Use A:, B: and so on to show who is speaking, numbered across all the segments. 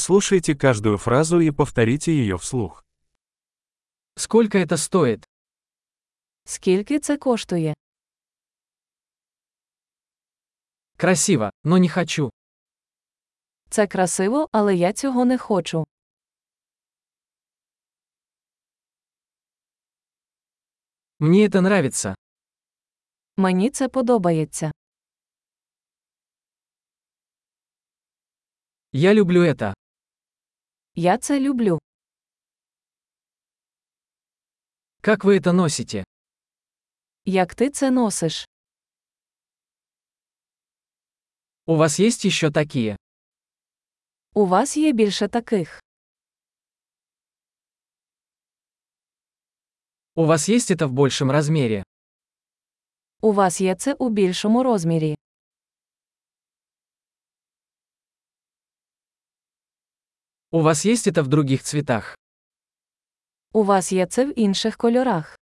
A: Прослушайте каждую фразу и повторите ее вслух.
B: Сколько это стоит?
C: Скільки це коштує?
B: Красиво, но не хочу.
C: Це красиво, але я цього не хочу.
B: Мне это нравится.
C: Мені це подобається.
B: Я люблю это.
C: Я це люблю.
B: Как вы это носите?
C: Як ти це носиш?
B: У вас есть еще такие?
C: У вас є більше таких.
B: У вас есть это в большем размере?
C: У вас є це у більшому розмірі.
B: У вас есть это в других цветах?
C: У вас є це в інших кольорах.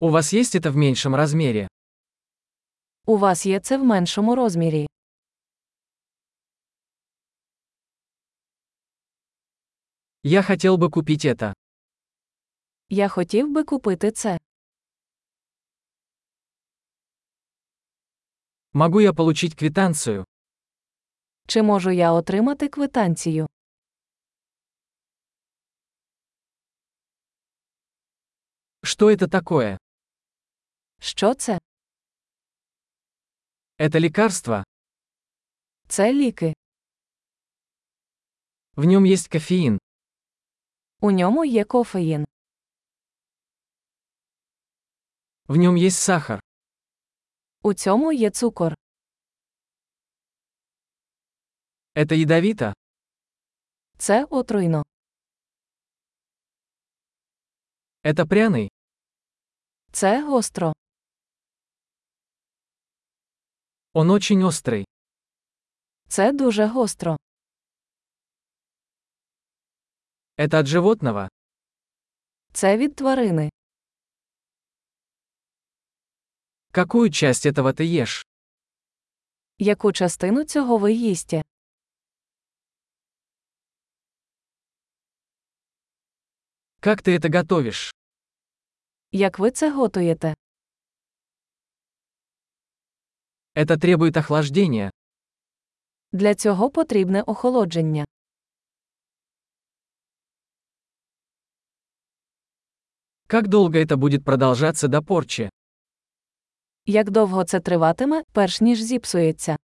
B: У вас есть это в меньшем размере?
C: У вас є це в меншому розмірі.
B: Я хотел бы купить это.
C: Я хотів би купити це.
B: Могу я получить квитанцию?
C: Чи можу я отримати квитанцію?
B: Что это такое?
C: Що це?
B: Это лекарство.
C: Це ліки.
B: В нем есть кофеин.
C: У ньому є кофеїн.
B: В нем есть сахар.
C: У цьому є цукор.
B: Это ядовито.
C: Це отруйно.
B: Это пряный.
C: Це гостро.
B: Он очень острый.
C: Це дуже гостро.
B: Это от животного.
C: Це від тварини.
B: Какую часть этого ты ешь?
C: Яку частину цього ви їсте?
B: Как ты это готовишь?
C: Як ви це готуєте?
B: Это требует охлаждения.
C: Для цього потрібне охолодження.
B: Как долго это будет продолжаться до порчи?
C: Як довго це триватиме, перш ніж зіпсується?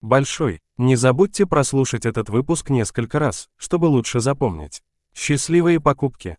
A: Большой. Не забудьте прослушать этот выпуск несколько раз, чтобы лучше запомнить. Счастливые покупки!